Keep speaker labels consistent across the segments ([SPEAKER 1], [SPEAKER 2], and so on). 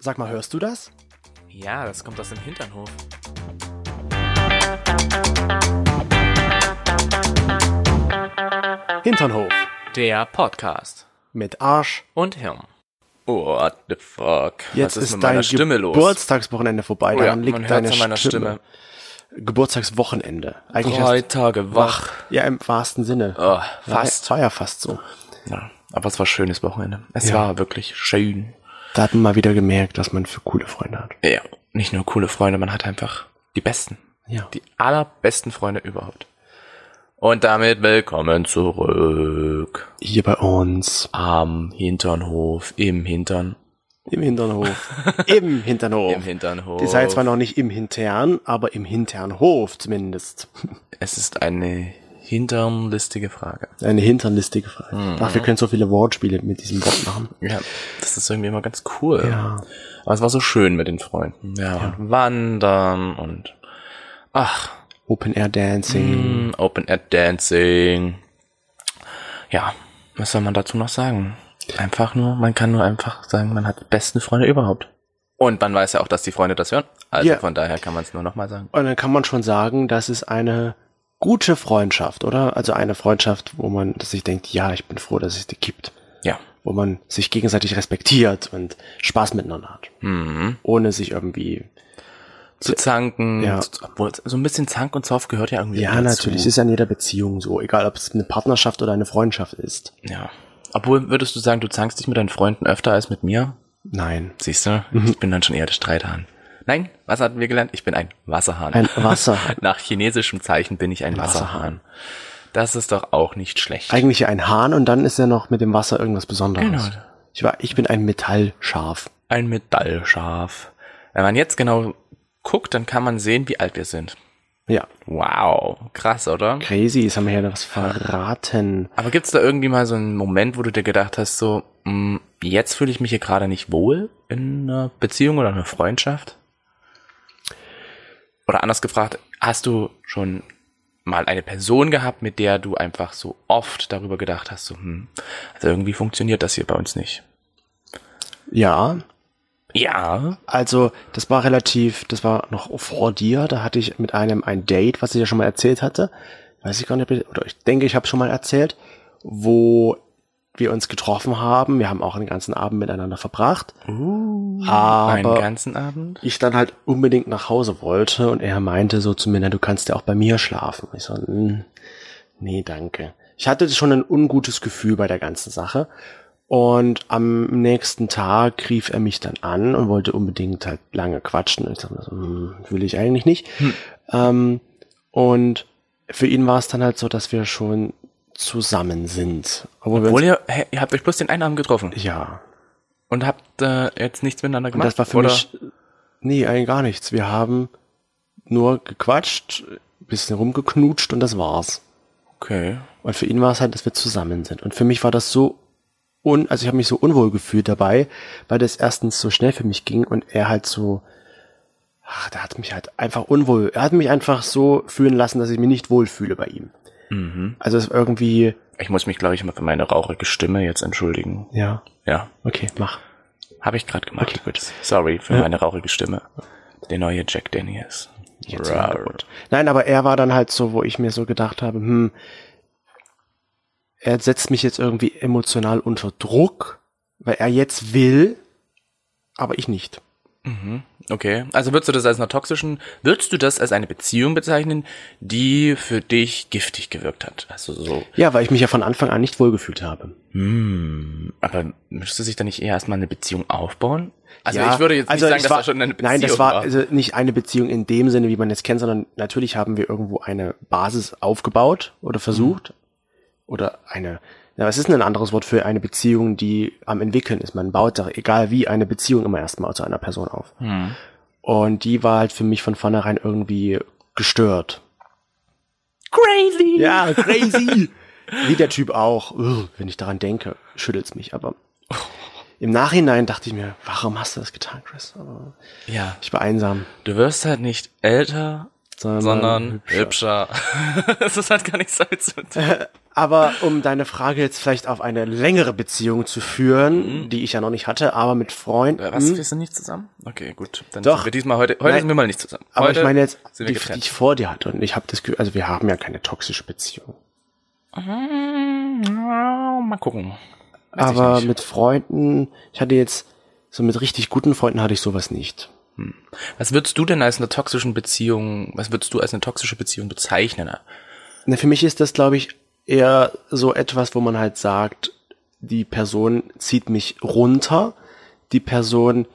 [SPEAKER 1] Sag mal, hörst du das?
[SPEAKER 2] Ja, das kommt aus dem Hinternhof.
[SPEAKER 1] Hinternhof
[SPEAKER 2] Der Podcast.
[SPEAKER 1] mit Arsch.
[SPEAKER 2] Und Hirn.
[SPEAKER 3] Oh, What the fuck?
[SPEAKER 1] Jetzt
[SPEAKER 3] Was ist,
[SPEAKER 1] ist,
[SPEAKER 3] mit
[SPEAKER 1] dein
[SPEAKER 3] meiner Stimme los?
[SPEAKER 1] Geburtstagswochenende vorbei.
[SPEAKER 3] Oh ja,
[SPEAKER 1] Daran
[SPEAKER 3] man
[SPEAKER 1] liegt
[SPEAKER 3] hört's
[SPEAKER 1] deine
[SPEAKER 3] an meiner
[SPEAKER 1] Stimme. Geburtstagswochenende. Eigentlich
[SPEAKER 3] Drei
[SPEAKER 1] hast-
[SPEAKER 3] Tage wach.
[SPEAKER 1] Ja, im wahrsten Sinne.
[SPEAKER 3] Oh,
[SPEAKER 1] Fast.
[SPEAKER 3] fast.
[SPEAKER 1] War ja fast so.
[SPEAKER 3] Ja, aber es war schönes Wochenende. Es war wirklich schön.
[SPEAKER 1] Da hat man mal wieder gemerkt, was man für coole Freunde hat.
[SPEAKER 3] Ja, nicht nur coole Freunde, man hat einfach die besten.
[SPEAKER 1] Ja.
[SPEAKER 3] Die allerbesten Freunde überhaupt. Und damit willkommen zurück
[SPEAKER 1] Hier bei uns.
[SPEAKER 3] am Hinternhof, im Hintern,
[SPEAKER 1] Im Hinternhof. Im Hinternhof.
[SPEAKER 3] im Hinternhof.
[SPEAKER 1] Das heißt zwar noch nicht im Hintern, aber im Hinternhof zumindest.
[SPEAKER 3] Es ist eine hinternlistige Frage.
[SPEAKER 1] Eine hinternlistige Frage.
[SPEAKER 3] Mhm.
[SPEAKER 1] Ach, wir können so viele Wortspiele mit diesem Wort machen.
[SPEAKER 3] Ja, das ist irgendwie immer ganz cool.
[SPEAKER 1] Ja.
[SPEAKER 3] Aber es war so schön mit den Freunden. Ja, Und wandern und ach,
[SPEAKER 1] Open Air Dancing.
[SPEAKER 3] mm, Open Air Dancing. Ja, was soll man dazu noch sagen? Einfach nur, man kann nur einfach sagen, man hat die besten Freunde überhaupt. Und man weiß ja auch, dass die Freunde das hören. Also
[SPEAKER 1] Ja.
[SPEAKER 3] von daher kann man es nur nochmal sagen.
[SPEAKER 1] Und dann kann man schon sagen, das ist eine gute Freundschaft, oder? Also eine Freundschaft, wo man sich denkt, ja, ich bin froh, dass es die gibt.
[SPEAKER 3] Ja.
[SPEAKER 1] Wo man sich gegenseitig respektiert und Spaß miteinander hat.
[SPEAKER 3] Mhm.
[SPEAKER 1] Ohne sich irgendwie.
[SPEAKER 3] Zu zanken,
[SPEAKER 1] Ja.
[SPEAKER 3] zu- obwohl so ein bisschen Zank und Zoff gehört ja irgendwie
[SPEAKER 1] Ja,
[SPEAKER 3] immer
[SPEAKER 1] natürlich.
[SPEAKER 3] Zu.
[SPEAKER 1] Ist ja in jeder Beziehung so. Egal, ob es eine Partnerschaft oder eine Freundschaft ist.
[SPEAKER 3] Ja. Obwohl, würdest du sagen, du zankst dich mit deinen Freunden öfter als mit mir?
[SPEAKER 1] Nein.
[SPEAKER 3] Siehst du,
[SPEAKER 1] Mhm.
[SPEAKER 3] ich bin dann schon eher der Streithahn. Nein, was hatten wir gelernt? Ich bin ein Wasserhahn.
[SPEAKER 1] Ein Wasserhahn.
[SPEAKER 3] Nach chinesischem Zeichen bin ich ein
[SPEAKER 1] Wasserhahn.
[SPEAKER 3] Wasserhahn. Das ist doch auch nicht schlecht.
[SPEAKER 1] Eigentlich ein Hahn und dann ist ja noch mit dem Wasser irgendwas Besonderes.
[SPEAKER 3] Genau.
[SPEAKER 1] Ich, war, ich bin ein Metallschaf.
[SPEAKER 3] Ein Metallschaf. Wenn man jetzt genau guckt, dann kann man sehen, wie alt wir sind.
[SPEAKER 1] Ja,
[SPEAKER 3] Wow, krass, oder?
[SPEAKER 1] crazy. Jetzt haben wir ja was verraten.
[SPEAKER 3] Aber gibt's da irgendwie mal so einen Moment, wo du dir gedacht hast, so, mh, jetzt fühle ich mich hier gerade nicht wohl in einer Beziehung oder einer Freundschaft? Oder anders gefragt, hast du schon mal eine Person gehabt, mit der du einfach so oft darüber gedacht hast, so, hm, also irgendwie funktioniert das hier bei uns nicht?
[SPEAKER 1] Ja,
[SPEAKER 3] Ja.
[SPEAKER 1] Also, das war relativ, das war noch vor dir. Da hatte ich mit einem ein Date, was ich ja schon mal erzählt hatte. Weiß ich gar nicht, ob ich- oder ich denke, ich habe es schon mal erzählt, wo wir uns getroffen haben. Wir haben auch einen ganzen Abend miteinander verbracht.
[SPEAKER 3] einen
[SPEAKER 1] aber
[SPEAKER 3] ganzen Abend?
[SPEAKER 1] ich dann halt unbedingt nach Hause wollte und er meinte so zu mir, na, du kannst ja auch bei mir schlafen. Ich so, "Mm, nee, danke. Ich hatte schon ein ungutes Gefühl bei der ganzen Sache. Und am nächsten Tag rief er mich dann an und wollte unbedingt halt lange quatschen. Und ich dachte mir so, "Hm, will ich eigentlich nicht. Ähm, und für ihn war es dann halt so, dass wir schon zusammen sind. Obwohl, wir
[SPEAKER 3] Obwohl
[SPEAKER 1] uns-
[SPEAKER 3] ihr, hä, ihr habt euch bloß den einen Abend getroffen
[SPEAKER 1] ja,
[SPEAKER 3] und habt äh, jetzt nichts miteinander
[SPEAKER 1] Und
[SPEAKER 3] gemacht?
[SPEAKER 1] das war für
[SPEAKER 3] oder?
[SPEAKER 1] mich. Nee, eigentlich gar nichts. Wir haben nur gequatscht, bisschen rumgeknutscht und das war's.
[SPEAKER 3] Okay.
[SPEAKER 1] Und für ihn war es halt, dass wir zusammen sind. Und für mich war das so un, also ich habe mich so unwohl gefühlt dabei, weil das erstens so schnell für mich ging und er halt so, ach, der hat mich halt einfach unwohl, er hat mich einfach so fühlen lassen, dass ich mich nicht wohlfühle bei ihm. Also es ist irgendwie,
[SPEAKER 3] Ich muss mich, glaube ich, mal für meine rauchige Stimme jetzt entschuldigen.
[SPEAKER 1] ja,
[SPEAKER 3] Ja,
[SPEAKER 1] okay, mach.
[SPEAKER 3] habe ich gerade gemacht. Okay, gut. Sorry für meine rauchige Stimme. Der neue Jack Daniels.
[SPEAKER 1] Jetzt
[SPEAKER 3] Rar.
[SPEAKER 1] war gut. Nein, aber er war dann halt so, wo ich mir so gedacht habe, hm, er setzt mich jetzt irgendwie emotional unter Druck, weil er jetzt will, aber ich nicht.
[SPEAKER 3] Okay, also würdest du das als einer toxischen, würdest du das als eine Beziehung bezeichnen, die für dich giftig gewirkt hat? Also so,
[SPEAKER 1] Ja, weil ich mich ja von Anfang an nicht wohlgefühlt habe.
[SPEAKER 3] hm, aber müsste sich da nicht eher erstmal eine Beziehung aufbauen? Also
[SPEAKER 1] ja,
[SPEAKER 3] ich würde jetzt nicht sagen,
[SPEAKER 1] es
[SPEAKER 3] dass
[SPEAKER 1] war-
[SPEAKER 3] das schon eine Beziehung
[SPEAKER 1] Nein, das war also nicht eine Beziehung in dem Sinne, wie man es kennt, sondern natürlich haben wir irgendwo eine Basis aufgebaut oder
[SPEAKER 3] Mhm.
[SPEAKER 1] versucht. Oder eine, na, was ist denn ein anderes Wort für eine Beziehung, die am entwickeln ist? Man baut da, egal wie, eine Beziehung immer erstmal zu einer Person auf.
[SPEAKER 3] Hm.
[SPEAKER 1] Und die war halt für mich von vornherein irgendwie gestört.
[SPEAKER 3] Crazy!
[SPEAKER 1] Ja, crazy. Wie der Typ auch. Ugh, Wenn ich daran denke, schüttelt's mich. Aber im Nachhinein dachte ich mir, warum hast du das getan, Chris? Aber
[SPEAKER 3] Ja,
[SPEAKER 1] ich war einsam.
[SPEAKER 3] du wirst halt nicht halt älter, sondern hübscher. das hat gar nichts damit zu tun.
[SPEAKER 1] Aber um deine Frage jetzt vielleicht auf eine längere Beziehung zu führen, die ich ja noch nicht hatte, aber mit Freunden.
[SPEAKER 3] Mhm. Äh, Was, wir sind nicht zusammen? Okay, gut. Dann
[SPEAKER 1] Hm? Doch.
[SPEAKER 3] sind wir diesmal heute, heute
[SPEAKER 1] Nein.
[SPEAKER 3] sind wir mal nicht zusammen.
[SPEAKER 1] aber
[SPEAKER 3] heute
[SPEAKER 1] ich meine jetzt,
[SPEAKER 3] sind
[SPEAKER 1] die, die
[SPEAKER 3] wir getrennt.
[SPEAKER 1] ich vor dir hatte. Und ich habe das Gefühl, also wir haben ja keine toxische Beziehung.
[SPEAKER 3] Hm, ja, mal gucken. Weiß ich
[SPEAKER 1] aber
[SPEAKER 3] nicht.
[SPEAKER 1] mit Freunden, ich hatte jetzt, so mit richtig guten Freunden hatte ich sowas nicht.
[SPEAKER 3] Was würdest du denn als eine toxischen Beziehung, was würdest du als eine toxische Beziehung bezeichnen?
[SPEAKER 1] Na, Ne, für mich ist das, glaube ich, eher so etwas, wo man halt sagt, die Person zieht mich runter, die Person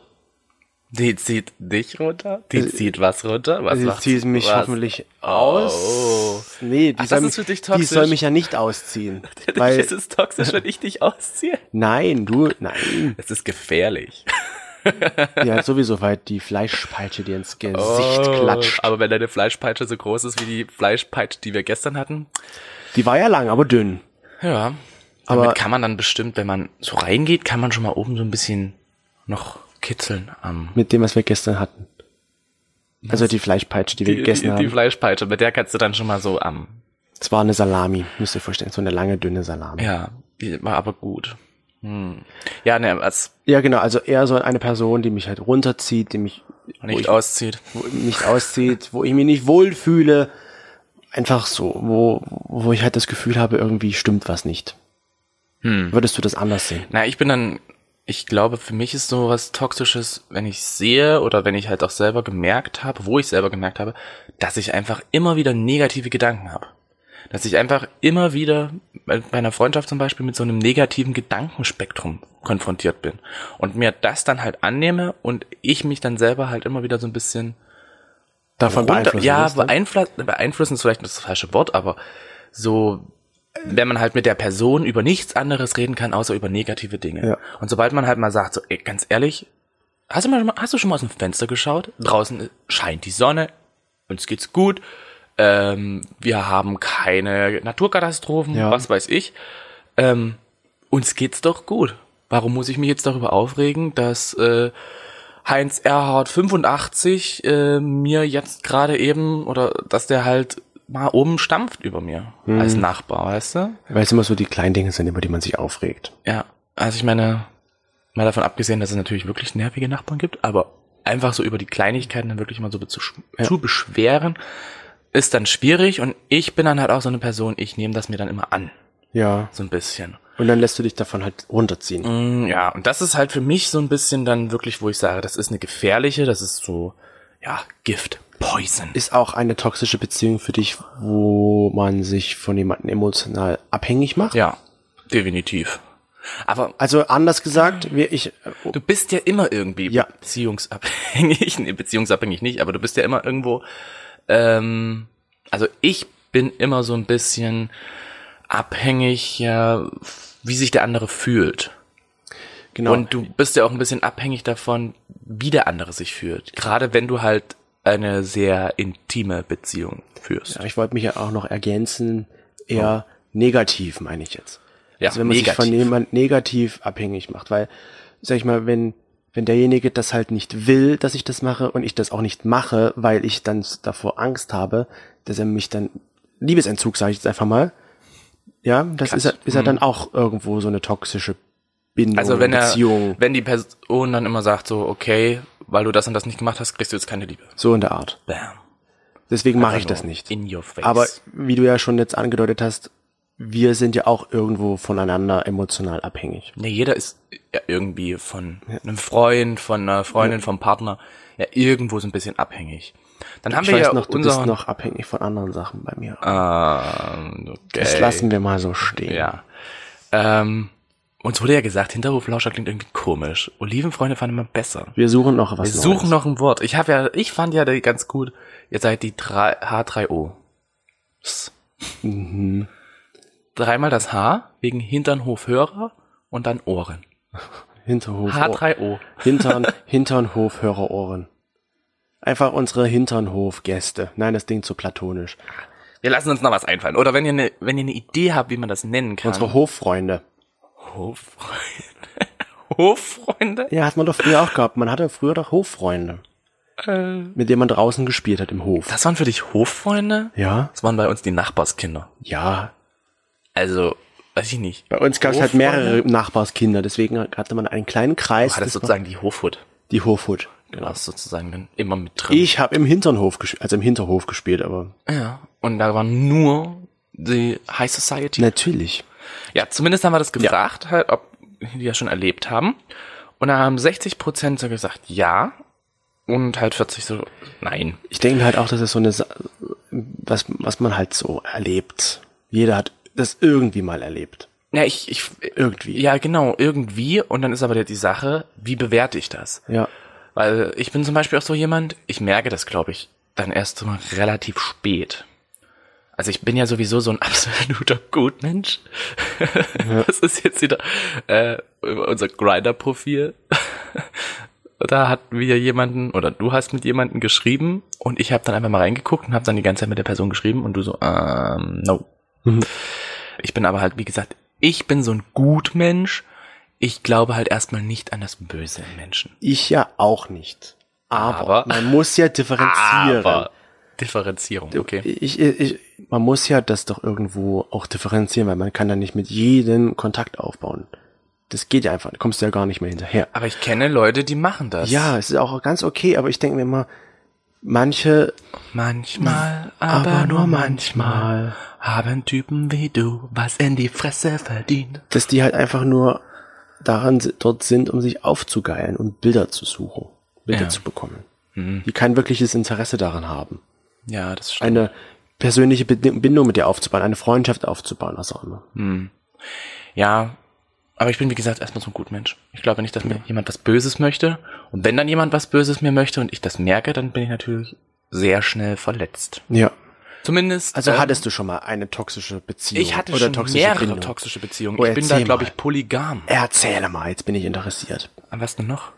[SPEAKER 3] Die zieht dich runter? Die zieht was runter? Was
[SPEAKER 1] Äh, sie
[SPEAKER 3] macht
[SPEAKER 1] zieht mich
[SPEAKER 3] was?
[SPEAKER 1] hoffentlich aus. Oh. Nee, die,
[SPEAKER 3] Ach,
[SPEAKER 1] soll
[SPEAKER 3] das
[SPEAKER 1] mich,
[SPEAKER 3] ist für dich
[SPEAKER 1] die
[SPEAKER 3] toxisch.
[SPEAKER 1] soll mich ja nicht ausziehen. weil,
[SPEAKER 3] es ist toxisch, wenn ich dich ausziehe.
[SPEAKER 1] nein, du, nein.
[SPEAKER 3] Es ist gefährlich.
[SPEAKER 1] Ja, sowieso, weil die Fleischpeitsche dir ins Gesicht klatscht.
[SPEAKER 3] Oh. Aber wenn deine Fleischpeitsche so groß ist wie die Fleischpeitsche, die wir gestern hatten,
[SPEAKER 1] Die war ja lang, aber dünn.
[SPEAKER 3] ja.
[SPEAKER 1] Aber-
[SPEAKER 3] Aber damit kann man dann bestimmt, wenn man so reingeht, kann man schon mal oben so ein bisschen noch kitzeln am.
[SPEAKER 1] Mit dem, was wir gestern hatten. Also die Fleischpeitsche, die wir gegessen
[SPEAKER 3] die, die
[SPEAKER 1] haben.
[SPEAKER 3] Fleischpeitsche, mit der kannst du dann schon mal so am.
[SPEAKER 1] Es war eine Salami, müsst ihr vorstellen. So eine lange, dünne Salami.
[SPEAKER 3] Ja, die war aber gut. Hm. Ja, ne, als
[SPEAKER 1] Ja, genau. Also eher so eine Person, die mich halt runterzieht, die mich wo
[SPEAKER 3] nicht
[SPEAKER 1] ich,
[SPEAKER 3] auszieht.
[SPEAKER 1] wo nicht auszieht, wo ich mich nicht wohlfühle. Einfach so, wo, wo ich halt das Gefühl habe, irgendwie stimmt was nicht. Würdest du das anders sehen?
[SPEAKER 3] Na, ich bin dann, ich glaube, für mich ist so was Toxisches, wenn ich sehe oder wenn ich halt auch selber gemerkt habe, wo ich selber gemerkt habe, dass ich einfach immer wieder negative Gedanken habe. Dass ich einfach immer wieder bei bei einer Freundschaft zum Beispiel mit so einem negativen Gedankenspektrum konfrontiert bin. Und mir das dann halt annehme und ich mich dann selber halt immer wieder so ein bisschen
[SPEAKER 1] Davon
[SPEAKER 3] runter,
[SPEAKER 1] beeinflussen
[SPEAKER 3] ja,
[SPEAKER 1] lässt, ne?
[SPEAKER 3] beeinflussen, beeinflussen ist vielleicht das falsche Wort, aber so, wenn man halt mit der Person über nichts anderes reden kann, außer über negative Dinge.
[SPEAKER 1] Ja.
[SPEAKER 3] Und sobald man halt mal sagt, so, ey, ganz ehrlich, hast du, mal, hast du schon mal aus dem Fenster geschaut? Draußen scheint die Sonne, uns geht's gut, ähm, wir haben keine Naturkatastrophen,
[SPEAKER 1] Ja.
[SPEAKER 3] was weiß ich. Ähm, uns geht's doch gut. Warum muss ich mich jetzt darüber aufregen, dass äh, Heinz Erhard 85 äh, mir jetzt gerade eben oder dass der halt mal oben stampft über mir als Nachbar, weißt du?
[SPEAKER 1] Weil es immer so die kleinen Dinge sind, über die man sich aufregt.
[SPEAKER 3] Ja, also ich meine, mal davon abgesehen, dass es natürlich wirklich nervige Nachbarn gibt, aber einfach so über die Kleinigkeiten dann wirklich mal so zu, zu beschweren, ist dann schwierig und ich bin dann halt auch so eine Person, ich nehme das mir dann immer an,
[SPEAKER 1] Ja.
[SPEAKER 3] so ein bisschen.
[SPEAKER 1] Und dann lässt du dich davon halt runterziehen.
[SPEAKER 3] Mm, Ja, und das ist halt für mich so ein bisschen dann wirklich, wo ich sage, das ist eine gefährliche, das ist so, ja, Gift, Poison.
[SPEAKER 1] Ist auch eine toxische Beziehung für dich, wo man sich von jemandem emotional abhängig macht?
[SPEAKER 3] Ja, definitiv. Aber
[SPEAKER 1] Also anders gesagt, wir, ich, äh,
[SPEAKER 3] du bist ja immer irgendwie
[SPEAKER 1] Ja.
[SPEAKER 3] beziehungsabhängig. Nee, beziehungsabhängig nicht, aber du bist ja immer irgendwo. Ähm, also ich bin immer so ein bisschen abhängig, ja, wie sich der andere fühlt.
[SPEAKER 1] genau.
[SPEAKER 3] Und du bist ja auch ein bisschen abhängig davon, wie der andere sich fühlt. Gerade wenn du halt eine sehr intime Beziehung führst.
[SPEAKER 1] Ja, ich wollte mich ja auch noch ergänzen, eher negativ meine ich jetzt.
[SPEAKER 3] Oh. Ja,
[SPEAKER 1] also wenn man sich von
[SPEAKER 3] negativ.
[SPEAKER 1] jemand negativ abhängig macht, weil, sag ich mal, wenn, wenn derjenige das halt nicht will, dass ich das mache und ich das auch nicht mache, weil ich dann s- davor Angst habe, dass er mich dann, Liebesentzug sage ich jetzt einfach mal, ja, das ist, ja- ist ja dann auch irgendwo so eine toxische Bindung,
[SPEAKER 3] Mhm. Also wenn er,
[SPEAKER 1] Beziehung,
[SPEAKER 3] wenn die Person dann immer sagt so, okay, weil du das und das nicht gemacht hast, kriegst du jetzt keine Liebe.
[SPEAKER 1] so in der Art.
[SPEAKER 3] Bam.
[SPEAKER 1] Deswegen mache ich
[SPEAKER 3] Also,
[SPEAKER 1] das nicht.
[SPEAKER 3] In your face.
[SPEAKER 1] Aber wie du ja schon jetzt angedeutet hast, wir sind ja auch irgendwo voneinander emotional abhängig.
[SPEAKER 3] ja, jeder ist ja irgendwie von einem Freund, von einer Freundin, vom Partner, ja irgendwo so ein bisschen abhängig. Dann haben
[SPEAKER 1] Ich
[SPEAKER 3] wir
[SPEAKER 1] weiß
[SPEAKER 3] ja
[SPEAKER 1] noch, du bist
[SPEAKER 3] unseren,
[SPEAKER 1] noch abhängig von anderen Sachen bei mir.
[SPEAKER 3] ähm, okay.
[SPEAKER 1] Das lassen wir mal so stehen.
[SPEAKER 3] Ja. Ähm, uns wurde ja gesagt, Hinterhoflauscher klingt irgendwie komisch. Olivenfreunde fanden wir besser.
[SPEAKER 1] Wir suchen noch was Neues.
[SPEAKER 3] Wir suchen noch ein Wort. Ich habe ja, ich fand ja die ganz gut, ihr seid die drei- H3O. Psst.
[SPEAKER 1] Mhm.
[SPEAKER 3] Dreimal das H wegen Hinternhofhörer und dann Ohren.
[SPEAKER 1] Hinterhof.
[SPEAKER 3] H3O.
[SPEAKER 1] Hintern, Hinternhof, Hörerohren. Einfach unsere Hinternhof-Gäste. Nein, das Ding zu platonisch.
[SPEAKER 3] Wir lassen uns noch was einfallen. Oder wenn ihr eine, wenn ihr eine Idee habt, wie man das nennen kann.
[SPEAKER 1] Unsere Hoffreunde.
[SPEAKER 3] Hoffreunde. Hoffreunde?
[SPEAKER 1] Ja, hat man doch früher auch gehabt. Man hatte früher doch Hoffreunde.
[SPEAKER 3] Äh.
[SPEAKER 1] Mit denen man draußen gespielt hat im Hof.
[SPEAKER 3] Das waren für dich Hoffreunde?
[SPEAKER 1] Ja?
[SPEAKER 3] Das waren bei uns die Nachbarskinder.
[SPEAKER 1] Ja.
[SPEAKER 3] Also, weiß ich nicht.
[SPEAKER 1] Bei uns gab es halt
[SPEAKER 3] Hofreunde?
[SPEAKER 1] mehrere Nachbarskinder, deswegen hatte man einen kleinen Kreis.
[SPEAKER 3] War das
[SPEAKER 1] das war
[SPEAKER 3] sozusagen die Hofhut?
[SPEAKER 1] die Hofhut.
[SPEAKER 3] Genau. Das sozusagen dann immer mit drin.
[SPEAKER 1] Ich habe im Hinternhof gespielt, also im Hinterhof gespielt, aber
[SPEAKER 3] Ja. Und da waren nur die High Society.
[SPEAKER 1] Ne. natürlich.
[SPEAKER 3] Ja, zumindest haben wir das gefragt, halt, ob die das schon erlebt haben. Und da haben 60 Prozent so gesagt, ja. Und halt 40 so, nein.
[SPEAKER 1] Ich denke halt auch, dass es so eine, Sa- was, was man halt so erlebt. Jeder hat das irgendwie mal erlebt.
[SPEAKER 3] Ja, ich, ich,
[SPEAKER 1] Irgendwie.
[SPEAKER 3] ja, genau, irgendwie. Und dann ist aber die Sache, wie bewerte ich das?
[SPEAKER 1] Ja.
[SPEAKER 3] Weil ich bin zum Beispiel auch so jemand, ich merke das, glaube ich, dann erst so relativ spät. Also ich bin ja sowieso so ein absoluter Gutmensch. Das ist jetzt wieder äh, über unser Grinder-Profil. Da hat wieder jemanden, oder du hast mit jemandem geschrieben und ich habe dann einfach mal reingeguckt und habe dann die ganze Zeit mit der Person geschrieben und du so, ähm, no. Ich bin aber halt, wie gesagt, ich bin so ein Gutmensch. Ich glaube halt erstmal nicht an das Böse im Menschen.
[SPEAKER 1] Ich ja auch nicht. Aber,
[SPEAKER 3] Aber-
[SPEAKER 1] man muss ja differenzieren.
[SPEAKER 3] Aber Differenzierung, okay.
[SPEAKER 1] Ich, ich, ich, man muss ja das doch irgendwo auch differenzieren, weil man kann da nicht mit jedem Kontakt aufbauen. Das geht ja einfach, da kommst du ja gar nicht mehr hinterher.
[SPEAKER 3] Aber ich kenne Leute, die machen das.
[SPEAKER 1] Ja, es ist auch ganz okay, aber ich denke mir immer, manche,
[SPEAKER 3] Manchmal, aber,
[SPEAKER 1] aber,
[SPEAKER 3] nur manchmal, haben Typen wie du was in die Fresse verdient.
[SPEAKER 1] dass die halt einfach nur daran si- dort sind, um sich aufzugeilen und Bilder zu suchen, Bilder
[SPEAKER 3] Ja. Mhm.
[SPEAKER 1] zu bekommen. Die kein wirkliches Interesse daran haben.
[SPEAKER 3] Ja, das stimmt.
[SPEAKER 1] Eine persönliche Be- Bindung mit dir aufzubauen, eine Freundschaft aufzubauen, was auch
[SPEAKER 3] Mhm.
[SPEAKER 1] immer.
[SPEAKER 3] Ja, aber ich bin, wie gesagt, erstmal so ein Gutmensch. Ich glaube nicht, dass mir jemand was Böses möchte. Und wenn dann jemand was Böses mir möchte und ich das merke, dann bin ich natürlich sehr schnell verletzt.
[SPEAKER 1] Ja.
[SPEAKER 3] Zumindest.
[SPEAKER 1] Also
[SPEAKER 3] ähm,
[SPEAKER 1] hattest du schon mal eine toxische Beziehung?
[SPEAKER 3] ich hatte
[SPEAKER 1] oder
[SPEAKER 3] schon
[SPEAKER 1] toxische
[SPEAKER 3] mehrere
[SPEAKER 1] Bindung?
[SPEAKER 3] toxische Beziehungen.
[SPEAKER 1] Oh,
[SPEAKER 3] ich bin da,
[SPEAKER 1] erzähl
[SPEAKER 3] glaube
[SPEAKER 1] mal.
[SPEAKER 3] ich, polygam.
[SPEAKER 1] Erzähle mal, jetzt bin ich interessiert.
[SPEAKER 3] Aber was denn noch?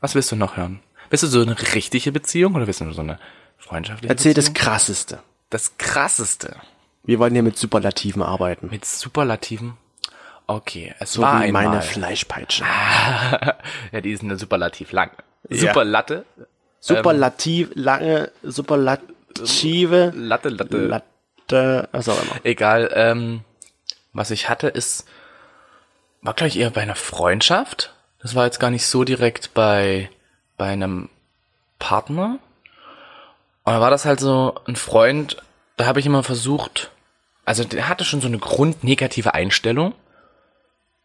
[SPEAKER 3] Was willst du noch hören? Willst du so eine richtige Beziehung oder willst du nur so eine freundschaftliche
[SPEAKER 1] Erzähl das
[SPEAKER 3] Beziehung?
[SPEAKER 1] Krasseste.
[SPEAKER 3] Das krasseste
[SPEAKER 1] Wir wollen hier mit Superlativen arbeiten.
[SPEAKER 3] mit Superlativen. Okay, es
[SPEAKER 1] so
[SPEAKER 3] war
[SPEAKER 1] wie
[SPEAKER 3] einmal. Ah,
[SPEAKER 1] meine Fleischpeitsche.
[SPEAKER 3] ja, die ist eine Superlativ lang.
[SPEAKER 1] Ja.
[SPEAKER 3] Superlatte, ähm.
[SPEAKER 1] Superlativ, lange, superlative,
[SPEAKER 3] Latte, Latte.
[SPEAKER 1] Latte, was auch immer.
[SPEAKER 3] Egal, ähm, was ich hatte ist, war glaube ich eher bei einer Freundschaft. Das war jetzt gar nicht so direkt bei, bei einem Partner. Und da war das halt so ein Freund, da habe ich immer versucht, also der hatte schon so eine grundnegative Einstellung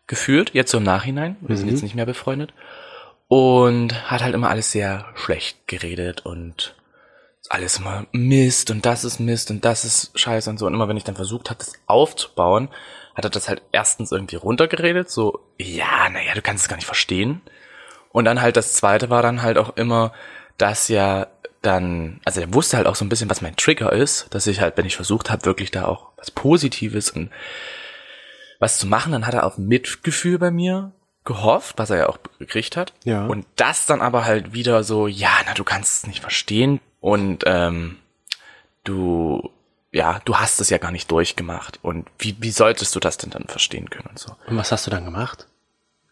[SPEAKER 3] geführt, jetzt so im Nachhinein. Wir sind jetzt nicht mehr befreundet. Und hat halt immer alles sehr schlecht geredet und alles immer Mist und das ist Mist und das ist Scheiße und so. Und immer wenn ich dann versucht habe, das aufzubauen, hat er das halt erstens irgendwie runtergeredet, so, ja, naja, du kannst es gar nicht verstehen. Und dann halt das zweite war dann halt auch immer, dass ja dann, also er wusste halt auch so ein bisschen, was mein Trigger ist, dass ich halt, wenn ich versucht habe, wirklich da auch was Positives und was zu machen, dann hat er auf Mitgefühl bei mir gehofft, was er ja auch gekriegt hat.
[SPEAKER 1] Ja.
[SPEAKER 3] Und das dann aber halt wieder so, ja, na, du kannst es nicht verstehen und ähm, du, ja, du hast es ja gar nicht durchgemacht und wie, wie solltest du das denn dann verstehen können und so.
[SPEAKER 1] Und was hast du dann gemacht?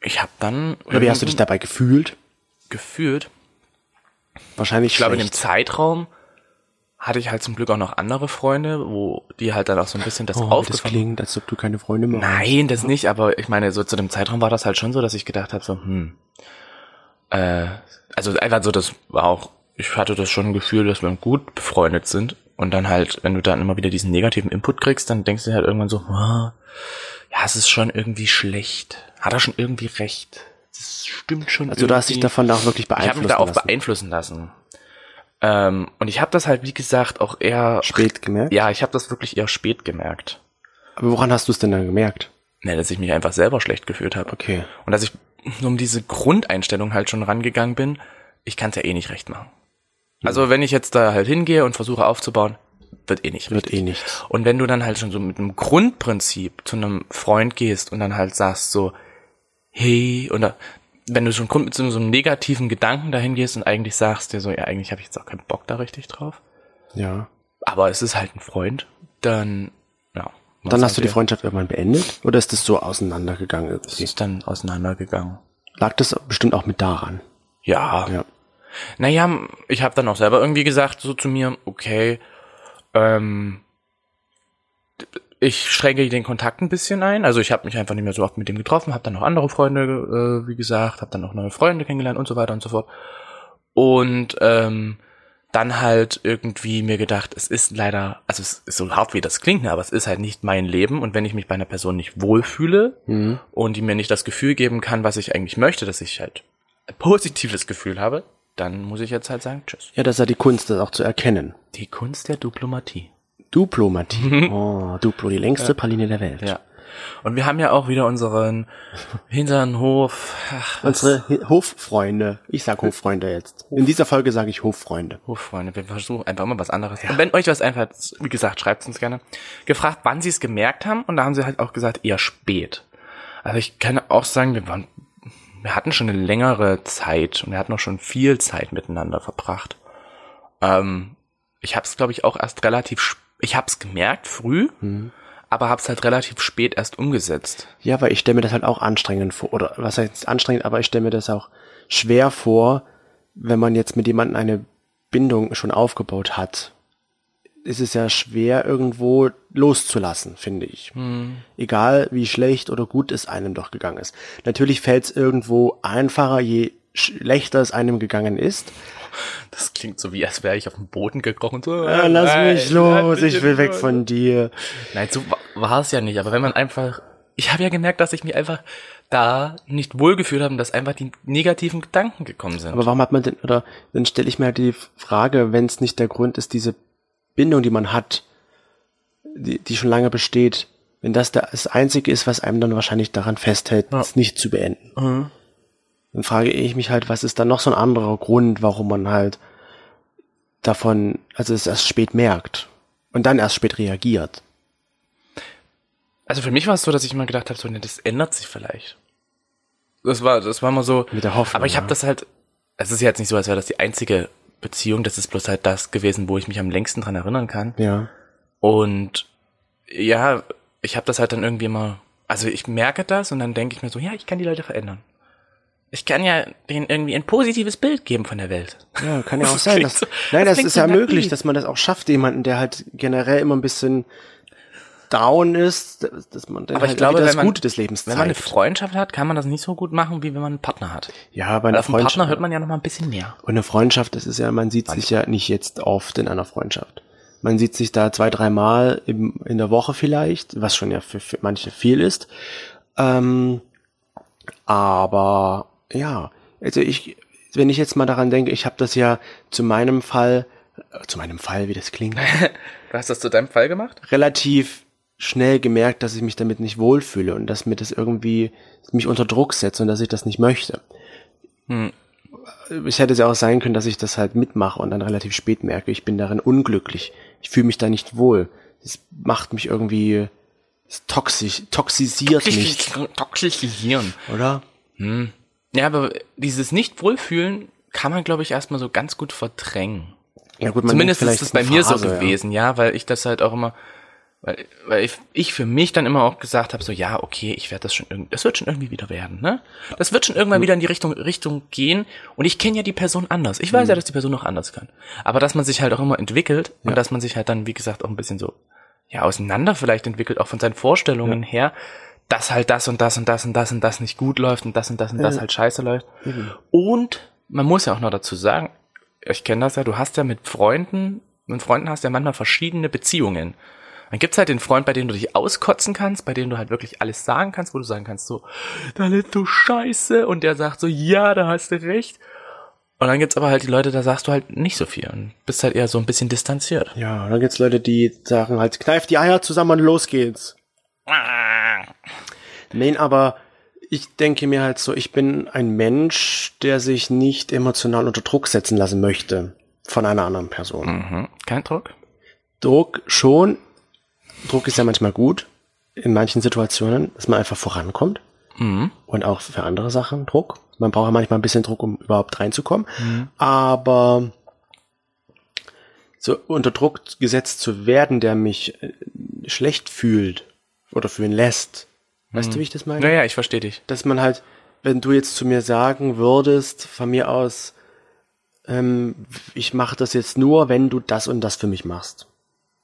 [SPEAKER 3] Ich habe dann
[SPEAKER 1] Oder wie hast du dich dabei gefühlt?
[SPEAKER 3] gefühlt,
[SPEAKER 1] Wahrscheinlich
[SPEAKER 3] Ich glaube, in dem
[SPEAKER 1] schlecht.
[SPEAKER 3] Zeitraum hatte ich halt zum Glück auch noch andere Freunde, wo die halt dann auch so ein bisschen das
[SPEAKER 1] oh, das
[SPEAKER 3] aufgefangen
[SPEAKER 1] klingt, als ob du keine Freunde mehr hast.
[SPEAKER 3] Nein, das nicht, aber ich meine, so zu dem Zeitraum war das halt schon so, dass ich gedacht habe, so, hm. Äh, also einfach so, das war auch, ich hatte das schon Gefühl, dass wir gut befreundet sind. Und dann halt, wenn du dann immer wieder diesen negativen Input kriegst, dann denkst du halt irgendwann so, ah, ja, es ist schon irgendwie schlecht. Hat er schon irgendwie recht. Das stimmt schon.
[SPEAKER 1] Also du hast dich
[SPEAKER 3] irgendwie.
[SPEAKER 1] davon auch wirklich
[SPEAKER 3] Ich
[SPEAKER 1] beeinflussen
[SPEAKER 3] habe mich da auch
[SPEAKER 1] lassen.
[SPEAKER 3] beeinflussen lassen. Ähm, und ich habe das halt, wie gesagt, auch eher.
[SPEAKER 1] Spät gemerkt?
[SPEAKER 3] Ja, ich habe das wirklich eher spät gemerkt.
[SPEAKER 1] Aber woran hast du es denn dann gemerkt?
[SPEAKER 3] Ne, dass ich mich einfach selber schlecht gefühlt habe.
[SPEAKER 1] Okay.
[SPEAKER 3] Und dass ich nur um diese Grundeinstellung halt schon rangegangen bin, ich kann es ja eh nicht recht machen. Also wenn ich jetzt da halt hingehe und versuche aufzubauen, wird eh nicht
[SPEAKER 1] Wird
[SPEAKER 3] richtig.
[SPEAKER 1] eh nichts.
[SPEAKER 3] Und wenn du dann halt schon so mit einem Grundprinzip zu einem Freund gehst und dann halt sagst so, hey, oder wenn du schon Grund mit so so einem negativen Gedanken dahin gehst und eigentlich sagst dir so, ja, eigentlich habe ich jetzt auch keinen Bock da richtig drauf,
[SPEAKER 1] Ja.
[SPEAKER 3] aber es ist halt ein Freund, dann, ja.
[SPEAKER 1] Dann hast du die
[SPEAKER 3] Freunde.
[SPEAKER 1] Freundschaft irgendwann beendet? Oder ist das so auseinandergegangen irgendwie?
[SPEAKER 3] ist dann auseinandergegangen.
[SPEAKER 1] Lag das bestimmt auch mit daran?
[SPEAKER 3] Ja.
[SPEAKER 1] Ja.
[SPEAKER 3] Naja, ich habe dann auch selber irgendwie gesagt, so zu mir, okay, ähm, ich schränke den Kontakt ein bisschen ein. Also ich habe mich einfach nicht mehr so oft mit dem getroffen, habe dann noch andere Freunde, äh, wie gesagt, habe dann noch neue Freunde kennengelernt und so weiter und so fort. Und ähm, dann halt irgendwie mir gedacht, es ist leider, also es ist so hart wie das klingt, aber es ist halt nicht mein Leben. Und wenn ich mich bei einer Person nicht wohlfühle
[SPEAKER 1] Mhm.
[SPEAKER 3] und die mir nicht das Gefühl geben kann, was ich eigentlich möchte, dass ich halt ein positives Gefühl habe, dann muss ich jetzt halt sagen, tschüss.
[SPEAKER 1] Ja, das ist ja die Kunst, das auch zu erkennen.
[SPEAKER 3] Die Kunst der Diplomatie.
[SPEAKER 1] Diplomatie. Oh, Duplo, die längste Praline der Welt.
[SPEAKER 3] Ja. Und wir haben ja auch wieder unseren Hinternhof, ach, was-
[SPEAKER 1] Unsere Hi- Hoffreunde. Ich sag Hoffreunde jetzt. In dieser Folge sage ich Hoffreunde.
[SPEAKER 3] Hoffreunde. Oh, Wir versuchen einfach immer was anderes. Und wenn euch was einfällt, wie gesagt, schreibt uns gerne. Gefragt, wann sie es gemerkt haben und da haben sie halt auch gesagt, eher spät. Also ich kann auch sagen, wir waren, wir hatten schon eine längere Zeit und wir hatten auch schon viel Zeit miteinander verbracht. Ähm, ich habe es, glaube ich, auch erst relativ, sp- ich habe es gemerkt früh, aber habe es halt relativ spät erst umgesetzt.
[SPEAKER 1] Ja, weil ich stelle mir das halt auch anstrengend vor. Oder was heißt anstrengend, aber ich stelle mir das auch schwer vor, wenn man jetzt mit jemandem eine Bindung schon aufgebaut hat. Ist es ja schwer, irgendwo loszulassen, finde ich. Egal wie schlecht oder gut es einem doch gegangen ist. Natürlich fällt es irgendwo einfacher, je schlechter es einem gegangen ist.
[SPEAKER 3] Das klingt so wie, als wäre ich auf den Boden gekrochen. So,
[SPEAKER 1] Äh, lass mich
[SPEAKER 3] nein,
[SPEAKER 1] los,
[SPEAKER 3] bitte
[SPEAKER 1] ich will weg
[SPEAKER 3] los.
[SPEAKER 1] von dir.
[SPEAKER 3] Nein, so wa- war es ja nicht. Aber wenn man einfach, ich habe ja gemerkt, dass ich mich einfach da nicht wohlgefühlt habe und dass einfach die negativen Gedanken gekommen sind.
[SPEAKER 1] Aber warum hat man denn, oder dann stelle ich mir halt die Frage, wenn es nicht der Grund ist, diese Bindung, die man hat, die, die schon lange besteht, wenn das da- das Einzige ist, was einem dann wahrscheinlich daran festhält,
[SPEAKER 3] Ja.
[SPEAKER 1] es nicht zu beenden. Dann frage ich mich halt, was ist dann noch so ein anderer Grund, warum man halt davon, also es erst spät merkt und dann erst spät reagiert.
[SPEAKER 3] also für mich war es so, dass ich immer gedacht habe, so, ne, das ändert sich vielleicht. Das war, das war mal so.
[SPEAKER 1] Mit der Hoffnung,
[SPEAKER 3] Aber ich habe
[SPEAKER 1] ja.
[SPEAKER 3] das halt, es ist ja jetzt nicht so, als wäre das die einzige Beziehung. Das ist bloß halt das gewesen, wo ich mich am längsten dran erinnern kann.
[SPEAKER 1] Ja.
[SPEAKER 3] Und ja, ich habe das halt dann irgendwie immer, also ich merke das und dann denke ich mir so, ja, ich kann die Leute verändern. Ich kann ja denen irgendwie ein positives Bild geben von der Welt.
[SPEAKER 1] Ja, kann ja auch
[SPEAKER 3] Das
[SPEAKER 1] sein.
[SPEAKER 3] klingt
[SPEAKER 1] Dass,
[SPEAKER 3] so-
[SPEAKER 1] nein,
[SPEAKER 3] das
[SPEAKER 1] das,
[SPEAKER 3] klingt
[SPEAKER 1] ist
[SPEAKER 3] so
[SPEAKER 1] ja
[SPEAKER 3] naiv.
[SPEAKER 1] möglich, dass man das auch schafft, jemanden, der halt generell immer ein bisschen down ist, dass- dass man dann
[SPEAKER 3] Aber
[SPEAKER 1] halt
[SPEAKER 3] ich glaube,
[SPEAKER 1] wieder
[SPEAKER 3] wenn
[SPEAKER 1] das
[SPEAKER 3] man,
[SPEAKER 1] Gute des Lebens
[SPEAKER 3] wenn man eine
[SPEAKER 1] zeigt.
[SPEAKER 3] Freundschaft hat, kann man das nicht so gut machen, wie wenn man einen Partner hat.
[SPEAKER 1] ja, bei
[SPEAKER 3] Weil
[SPEAKER 1] einer
[SPEAKER 3] auf einen Partner
[SPEAKER 1] Freundschaft.
[SPEAKER 3] hört man ja noch mal ein bisschen mehr.
[SPEAKER 1] und eine Freundschaft, das ist ja, man sieht sich ja nicht jetzt oft in einer Freundschaft. Man sieht sich da zwei, dreimal im- in der Woche vielleicht, was schon ja für, für manche viel ist. Ähm, aber ja, also ich, wenn ich jetzt mal daran denke, ich habe das ja zu meinem Fall, äh, zu meinem Fall, wie das klingt,
[SPEAKER 3] Du hast das zu deinem Fall gemacht?
[SPEAKER 1] relativ schnell gemerkt, dass ich mich damit nicht wohlfühle und dass mir das irgendwie mich unter Druck setzt und dass ich das nicht möchte.
[SPEAKER 3] Hm.
[SPEAKER 1] Ich hätte es ja auch sein können, dass ich das halt mitmache und dann relativ spät merke, ich bin darin unglücklich. Ich fühle mich da nicht wohl. Es macht mich irgendwie es toxisch, toxisiert mich,
[SPEAKER 3] Toxisieren.
[SPEAKER 1] oder?
[SPEAKER 3] Hm. Ja, aber dieses Nicht-Wohlfühlen kann man, glaube ich, erstmal so ganz gut verdrängen.
[SPEAKER 1] Ja gut, man
[SPEAKER 3] Zumindest
[SPEAKER 1] denkt
[SPEAKER 3] ist
[SPEAKER 1] vielleicht,
[SPEAKER 3] es
[SPEAKER 1] ist
[SPEAKER 3] bei
[SPEAKER 1] eine
[SPEAKER 3] mir
[SPEAKER 1] Phase,
[SPEAKER 3] so
[SPEAKER 1] ja.
[SPEAKER 3] gewesen, ja. weil ich das halt auch immer, weil, weil ich, ich für mich dann immer auch gesagt habe, so ja, okay, ich werde das schon irgendwie, das wird schon irgendwie wieder werden, ne? Das wird schon
[SPEAKER 1] Hm.
[SPEAKER 3] irgendwann wieder in die Richtung Richtung gehen und ich kenne ja die Person anders. Ich weiß
[SPEAKER 1] Hm.
[SPEAKER 3] ja, dass die Person noch anders kann. Aber dass man sich halt auch immer entwickelt und dass man sich halt dann, wie gesagt, auch ein bisschen so ja auseinander vielleicht entwickelt, auch von seinen Vorstellungen her, dass halt das und das und das und das und das nicht gut läuft und das und das und das halt scheiße läuft. Und man muss ja auch noch dazu sagen, ich kenne das ja, du hast ja mit Freunden, mit Freunden hast du ja manchmal verschiedene Beziehungen. Dann gibt's halt den Freund, bei dem du dich auskotzen kannst, bei dem du halt wirklich alles sagen kannst, wo du sagen kannst, so, da lebst du scheiße. Und der sagt so, ja, da hast du recht. Und dann gibt's aber halt die Leute, da sagst du halt nicht so viel und bist halt eher so ein bisschen distanziert.
[SPEAKER 1] Ja, und dann gibt's Leute, die sagen halt, kneift die Eier zusammen und los geht's. Nein, aber ich denke mir halt so, ich bin ein Mensch, der sich nicht emotional unter Druck setzen lassen möchte von einer anderen Person.
[SPEAKER 3] Mhm. Kein Druck?
[SPEAKER 1] Druck schon. Druck ist ja manchmal gut. In manchen Situationen, dass man einfach vorankommt.
[SPEAKER 3] Mhm.
[SPEAKER 1] Und auch für andere Sachen Druck. Man braucht ja manchmal ein bisschen Druck, um überhaupt reinzukommen. Aber so unter Druck gesetzt zu werden, der mich äh, schlecht fühlt oder fühlen lässt. Weißt du, wie ich das meine?
[SPEAKER 3] Naja, ich verstehe dich.
[SPEAKER 1] dass man halt, wenn du jetzt zu mir sagen würdest, von mir aus, ähm, ich mache das jetzt nur, wenn du das und das für mich machst.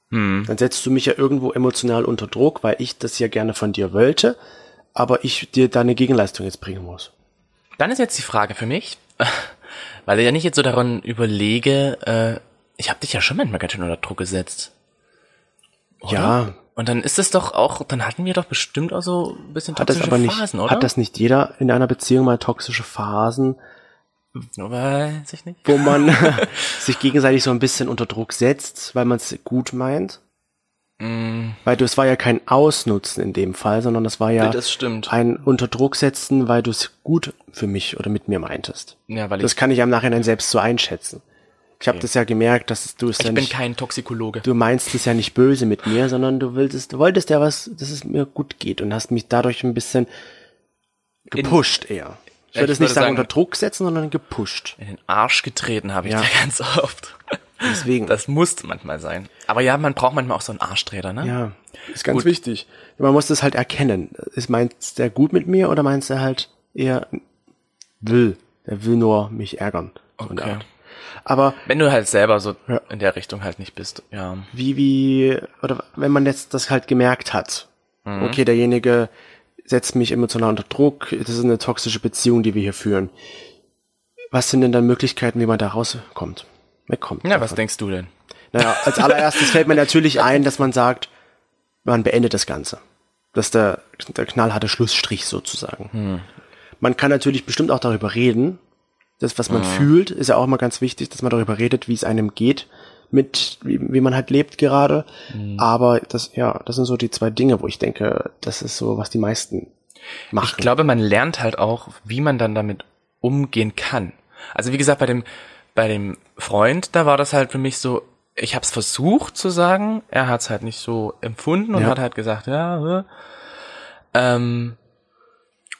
[SPEAKER 3] Mhm.
[SPEAKER 1] Hm. Dann setzt du mich ja irgendwo emotional unter Druck, weil ich das ja gerne von dir wollte, aber ich dir da eine Gegenleistung jetzt bringen muss.
[SPEAKER 3] Dann ist jetzt die Frage für mich, weil ich ja nicht jetzt so daran überlege, äh, ich habe dich ja schon manchmal ganz schön unter Druck gesetzt. Oder?
[SPEAKER 1] Ja.
[SPEAKER 3] Und dann ist es doch auch, dann hatten wir doch bestimmt auch so ein bisschen
[SPEAKER 1] Hat das
[SPEAKER 3] toxische
[SPEAKER 1] aber nicht,
[SPEAKER 3] Phasen, oder?
[SPEAKER 1] hat das nicht jeder in einer Beziehung mal toxische Phasen,
[SPEAKER 3] Weiß ich nicht.
[SPEAKER 1] wo man sich gegenseitig so ein bisschen unter Druck setzt, weil man es gut meint?
[SPEAKER 3] Mm,
[SPEAKER 1] Weil du, es war ja kein Ausnutzen in dem Fall, sondern das war ja
[SPEAKER 3] Das stimmt.
[SPEAKER 1] ein unter Druck setzen, weil du es gut für mich oder mit mir meintest.
[SPEAKER 3] Ja, weil
[SPEAKER 1] Das
[SPEAKER 3] ich,
[SPEAKER 1] kann ich am Nachhinein selbst so einschätzen. Ich habe
[SPEAKER 3] Okay.
[SPEAKER 1] das ja gemerkt, dass du es ja
[SPEAKER 3] ich bin
[SPEAKER 1] nicht,
[SPEAKER 3] kein Toxikologe.
[SPEAKER 1] du meinst es ja nicht böse mit mir, sondern du willst, du wolltest ja was, dass es mir gut geht und hast mich dadurch ein bisschen gepusht eher. Ich
[SPEAKER 3] Ja,
[SPEAKER 1] würde
[SPEAKER 3] ich
[SPEAKER 1] es nicht
[SPEAKER 3] würde
[SPEAKER 1] sagen
[SPEAKER 3] sagen-
[SPEAKER 1] unter Druck setzen, sondern gepusht.
[SPEAKER 3] In den Arsch getreten habe ich
[SPEAKER 1] Ja.
[SPEAKER 3] da ganz oft.
[SPEAKER 1] Deswegen.
[SPEAKER 3] Das musste manchmal sein. Aber ja, man braucht manchmal auch so einen Arschtreter, ne?
[SPEAKER 1] ja, ist ganz wichtig. Man muss das halt erkennen. Ist meinst der gut mit mir oder meinst er halt eher will? Er will nur mich ärgern. So in der
[SPEAKER 3] Okay.
[SPEAKER 1] Art. Aber
[SPEAKER 3] Wenn du halt selber so
[SPEAKER 1] Ja.
[SPEAKER 3] in der Richtung halt nicht bist, ja.
[SPEAKER 1] wie, wie, oder wenn man jetzt das halt gemerkt hat, okay, derjenige setzt mich emotional unter Druck, das ist eine toxische Beziehung, die wir hier führen. Was sind denn dann Möglichkeiten, wie man da rauskommt? Wegkommt.
[SPEAKER 3] Ja, was denkst du denn?
[SPEAKER 1] Naja, als allererstes fällt mir natürlich ein, dass man sagt, man beendet das Ganze. Das ist der, der knallharte Schlussstrich sozusagen. Man kann natürlich bestimmt auch darüber reden. Das, was man fühlt, ist ja auch immer ganz wichtig, dass man darüber redet, wie es einem geht, mit wie, wie man halt lebt gerade. Aber das, ja, das sind so die zwei Dinge, wo ich denke, das ist so, was die meisten machen.
[SPEAKER 3] Ich glaube, man lernt halt auch, wie man dann damit umgehen kann. Also wie gesagt, bei dem, bei dem Freund, da war das halt für mich so, ich habe es versucht zu sagen, er hat es halt nicht so empfunden und
[SPEAKER 1] Ja.
[SPEAKER 3] hat halt gesagt, ja, äh. ähm,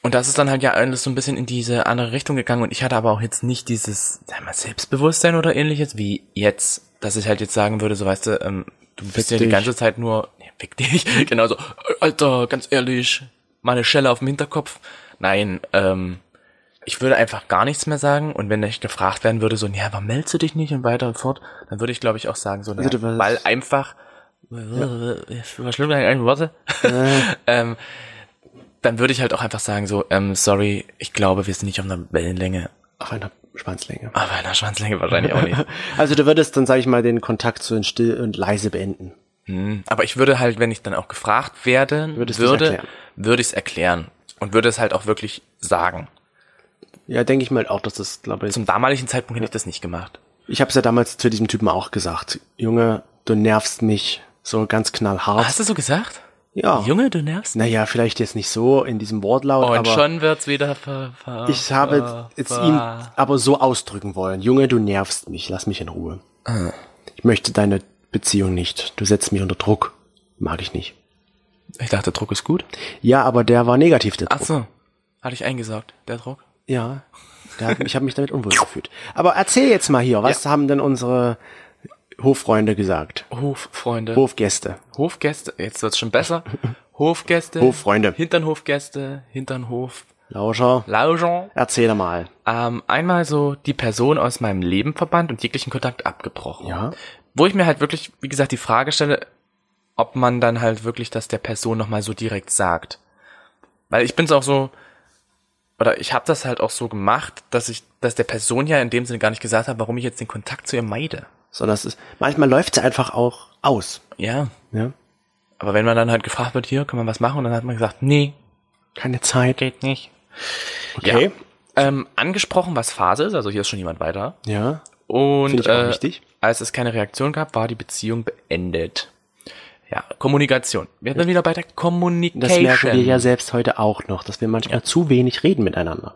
[SPEAKER 3] und das ist dann halt ja alles so ein bisschen in diese andere Richtung gegangen und ich hatte aber auch jetzt nicht dieses, sag mal, Selbstbewusstsein oder ähnliches, wie jetzt, dass ich halt jetzt sagen würde, so weißt du, ähm, du bist ja die
[SPEAKER 1] dich.
[SPEAKER 3] ganze Zeit nur, ja, fick dich, genau so, Alter, ganz ehrlich, meine Schelle auf dem Hinterkopf. Nein, ähm, ich würde einfach gar nichts mehr sagen und wenn ich gefragt werden würde, so, ja, warum meldest du dich nicht und weiter und fort, dann würde ich glaube ich auch sagen, so,
[SPEAKER 1] Also
[SPEAKER 3] also,
[SPEAKER 1] du würdest-
[SPEAKER 3] weil einfach, was schlimm, eigentlich Worte, ähm, dann würde ich halt auch einfach sagen, so, ähm, sorry, ich glaube, wir sind nicht auf einer Wellenlänge,
[SPEAKER 1] Auf einer Schwanzlänge.
[SPEAKER 3] aber einer Schwanzlänge wahrscheinlich auch nicht.
[SPEAKER 1] Also du würdest dann, sage ich mal, den Kontakt so in still und leise beenden.
[SPEAKER 3] Hm, Aber ich würde halt, wenn ich dann auch gefragt werde,
[SPEAKER 1] Würdest du's
[SPEAKER 3] würde,
[SPEAKER 1] erklären?
[SPEAKER 3] würde ich es erklären und würde es halt auch wirklich sagen.
[SPEAKER 1] Ja, denke ich mal auch, dass das, glaube ich,
[SPEAKER 3] Zum damaligen Zeitpunkt hätte ich das nicht gemacht.
[SPEAKER 1] Ich habe es ja damals zu diesem Typen auch gesagt. Junge, du nervst mich so ganz knallhart.
[SPEAKER 3] Hast du so gesagt?
[SPEAKER 1] Ja.
[SPEAKER 3] Junge, du nervst.
[SPEAKER 1] Naja, vielleicht jetzt nicht so in diesem Wortlaut,
[SPEAKER 3] Und
[SPEAKER 1] aber
[SPEAKER 3] schon Oh, wird's wieder ver, ver
[SPEAKER 1] ich habe jetzt ihm aber so ausdrücken wollen. Junge, du nervst mich, lass mich in Ruhe.
[SPEAKER 3] Ah.
[SPEAKER 1] Ich möchte deine Beziehung nicht. Du setzt mich unter Druck. Mag ich nicht.
[SPEAKER 3] Ich dachte, Druck ist gut.
[SPEAKER 1] Ja, aber der war negativ, der
[SPEAKER 3] Ach
[SPEAKER 1] Druck.
[SPEAKER 3] so, hatte ich eingesaugt, der Druck.
[SPEAKER 1] Ja, der hat, ich habe mich damit unwohl gefühlt. Aber erzähl jetzt mal hier, was haben denn unsere Hoffreunde gesagt?
[SPEAKER 3] Hoffreunde.
[SPEAKER 1] Hofgäste.
[SPEAKER 3] Hofgäste, jetzt wird's schon besser. Hofgäste.
[SPEAKER 1] Hoffreunde.
[SPEAKER 3] Hinternhofgäste, Hinternhof,
[SPEAKER 1] Lauscher,
[SPEAKER 3] Laujon.
[SPEAKER 1] erzähl mal.
[SPEAKER 3] Ähm, einmal so die Person aus meinem Leben verbannt und jeglichen Kontakt abgebrochen.
[SPEAKER 1] Ja.
[SPEAKER 3] Wo ich mir halt wirklich, wie gesagt, die Frage stelle, ob man dann halt wirklich das der Person nochmal so direkt sagt. Weil ich bin's auch so, oder ich habe das halt auch so gemacht, dass ich, dass der Person ja in dem Sinne gar nicht gesagt habe, warum ich jetzt den Kontakt zu ihr meide.
[SPEAKER 1] sondern es ist, manchmal läuft es einfach auch aus. ne?
[SPEAKER 3] Ja.
[SPEAKER 1] Ja?
[SPEAKER 3] Aber wenn man dann halt gefragt wird, hier, kann man was machen? Und dann hat man gesagt, nee,
[SPEAKER 1] Keine Zeit.
[SPEAKER 3] geht nicht.
[SPEAKER 1] Okay.
[SPEAKER 3] Ähm, angesprochen, was Phase ist, also hier ist schon jemand weiter.
[SPEAKER 1] Ja.
[SPEAKER 3] Und
[SPEAKER 1] Finde ich auch
[SPEAKER 3] äh,
[SPEAKER 1] wichtig.
[SPEAKER 3] als es keine Reaktion gab, war die Beziehung beendet. Ja, Kommunikation. Wir sind dann wieder bei der Communication.
[SPEAKER 1] Das merken wir ja selbst heute auch noch, dass wir manchmal zu wenig reden miteinander.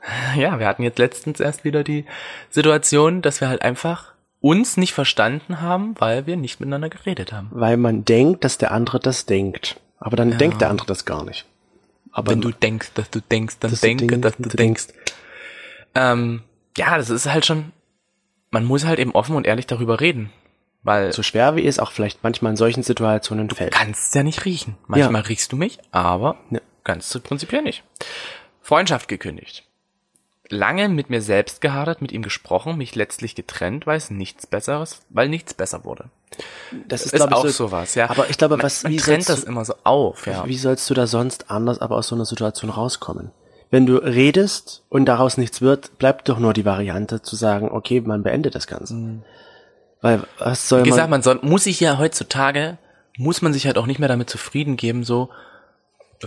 [SPEAKER 3] Ja, wir hatten jetzt letztens erst wieder die Situation, dass wir halt einfach uns nicht verstanden haben, weil wir nicht miteinander geredet haben.
[SPEAKER 1] Weil man denkt, dass der andere das denkt. Aber dann denkt der andere das gar nicht. Aber
[SPEAKER 3] Wenn du denkst, dass du denkst, dann
[SPEAKER 1] Dass du
[SPEAKER 3] denke,
[SPEAKER 1] denkst,
[SPEAKER 3] dass du denkst. Ähm, ja, das ist halt schon, man muss halt eben offen und ehrlich darüber reden, weil
[SPEAKER 1] so schwer wie es auch vielleicht manchmal in solchen Situationen fällt.
[SPEAKER 3] kannst ja nicht riechen. Manchmal
[SPEAKER 1] Ja.
[SPEAKER 3] riechst du mich, aber
[SPEAKER 1] Ja.
[SPEAKER 3] kannst du prinzipiell nicht. Freundschaft gekündigt. lange mit mir selbst gehadert, mit ihm gesprochen, mich letztlich getrennt, weil es nichts Besseres, weil nichts besser wurde.
[SPEAKER 1] Das ist, glaube ich,
[SPEAKER 3] auch
[SPEAKER 1] so,
[SPEAKER 3] sowas, ja.
[SPEAKER 1] aber ich glaube,
[SPEAKER 3] man,
[SPEAKER 1] was-
[SPEAKER 3] man
[SPEAKER 1] wie
[SPEAKER 3] trennt
[SPEAKER 1] sollst
[SPEAKER 3] das
[SPEAKER 1] du-
[SPEAKER 3] immer so auf, ja.
[SPEAKER 1] Wie sollst du da sonst anders aber aus so einer Situation rauskommen? Wenn du redest und daraus nichts wird, bleibt doch nur die Variante zu sagen, okay, man beendet das Ganze. Weil was soll
[SPEAKER 3] Mhm. Wie gesagt,
[SPEAKER 1] man,
[SPEAKER 3] man soll, muss sich ja heutzutage, muss man sich halt auch nicht mehr damit zufrieden geben, so,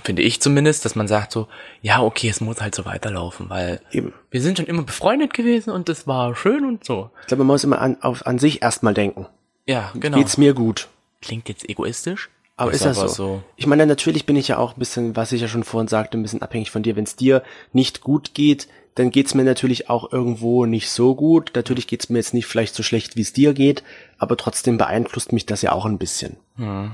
[SPEAKER 3] finde ich zumindest, dass man sagt so, ja, okay, es muss halt so weiterlaufen, weil
[SPEAKER 1] Eben.
[SPEAKER 3] wir sind schon immer befreundet gewesen und das war schön und so.
[SPEAKER 1] ich glaube, man muss immer an, auf, an sich erstmal denken.
[SPEAKER 3] Ja, genau.
[SPEAKER 1] Geht's mir gut?
[SPEAKER 3] Klingt jetzt egoistisch,
[SPEAKER 1] Aber ist das so?
[SPEAKER 3] aber
[SPEAKER 1] Ich meine, natürlich bin ich ja auch ein bisschen, was ich ja schon vorhin sagte, ein bisschen abhängig von dir. Wenn es dir nicht gut geht, dann geht's mir natürlich auch irgendwo nicht so gut. Natürlich geht's mir jetzt nicht vielleicht so schlecht, wie es dir geht, aber trotzdem beeinflusst mich das ja auch ein bisschen.
[SPEAKER 3] Mhm.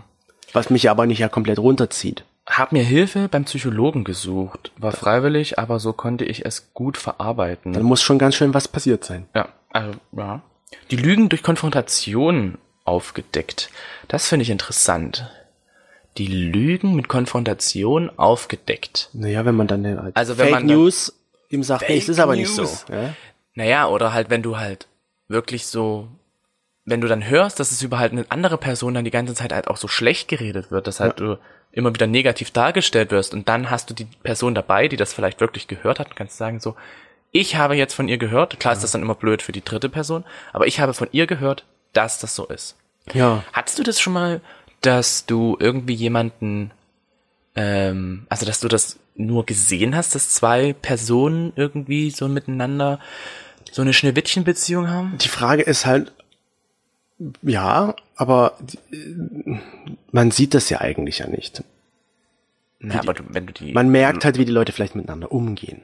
[SPEAKER 1] Was mich aber nicht ja komplett runterzieht.
[SPEAKER 3] Hab mir Hilfe beim Psychologen gesucht, war freiwillig, aber so konnte ich es gut verarbeiten.
[SPEAKER 1] Dann muss schon ganz schön was passiert sein.
[SPEAKER 3] Ja, also, ja. Die Lügen durch Konfrontation aufgedeckt. Das finde ich interessant. Die Lügen mit Konfrontation aufgedeckt.
[SPEAKER 1] Naja, wenn man dann den als
[SPEAKER 3] Also wenn
[SPEAKER 1] Fake
[SPEAKER 3] man dann-
[SPEAKER 1] News ihm sagt, hey, es ist aber nicht
[SPEAKER 3] News.
[SPEAKER 1] so. Ja?
[SPEAKER 3] Naja, oder halt, wenn du halt wirklich so, wenn du dann hörst, dass es über halt eine andere Person dann die ganze Zeit halt auch so schlecht geredet wird, dass halt du immer wieder negativ dargestellt wirst und dann hast du die Person dabei, die das vielleicht wirklich gehört hat und kannst sagen so, ich habe jetzt von ihr gehört, klar ist das dann immer blöd für die dritte Person, aber ich habe von ihr gehört, dass das so ist.
[SPEAKER 1] ja.
[SPEAKER 3] Hattest du das schon mal, dass du irgendwie jemanden, ähm, also dass du das nur gesehen hast, dass zwei Personen irgendwie so miteinander so eine Schneewittchenbeziehung haben?
[SPEAKER 1] Die Frage ist halt, ja, aber die- äh, man sieht das ja eigentlich ja nicht.
[SPEAKER 3] Na, aber du, wenn du die.
[SPEAKER 1] Man merkt halt, wie die Leute vielleicht miteinander umgehen.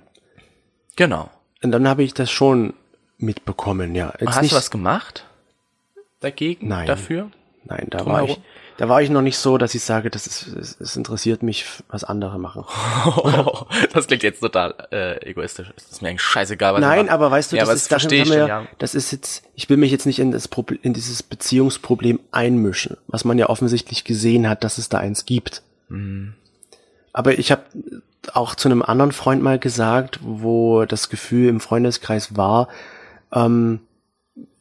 [SPEAKER 3] genau.
[SPEAKER 1] Und dann habe ich das schon mitbekommen, ja. Jetzt
[SPEAKER 3] Hast
[SPEAKER 1] nicht-
[SPEAKER 3] du was gemacht dagegen?
[SPEAKER 1] Nein.
[SPEAKER 3] Dafür?
[SPEAKER 1] Nein, da war
[SPEAKER 3] Drumherum?
[SPEAKER 1] ich, da war ich noch nicht so, dass ich sage, das ist, es, es interessiert mich, was andere machen.
[SPEAKER 3] das klingt jetzt total äh, egoistisch. Das ist mir eigentlich scheißegal, was die
[SPEAKER 1] Nein,
[SPEAKER 3] machen.
[SPEAKER 1] aber weißt du,
[SPEAKER 3] ja,
[SPEAKER 1] das
[SPEAKER 3] aber
[SPEAKER 1] ist,
[SPEAKER 3] das
[SPEAKER 1] darin
[SPEAKER 3] verstehe ich
[SPEAKER 1] haben wir
[SPEAKER 3] schon,
[SPEAKER 1] ja-
[SPEAKER 3] ja.
[SPEAKER 1] das ist jetzt, ich will mich jetzt nicht in das Proble- in dieses Beziehungsproblem einmischen, was man ja offensichtlich gesehen hat, dass es da eins gibt.
[SPEAKER 3] Mhm.
[SPEAKER 1] Aber ich habe auch zu einem anderen Freund mal gesagt, wo das Gefühl im Freundeskreis war, ähm,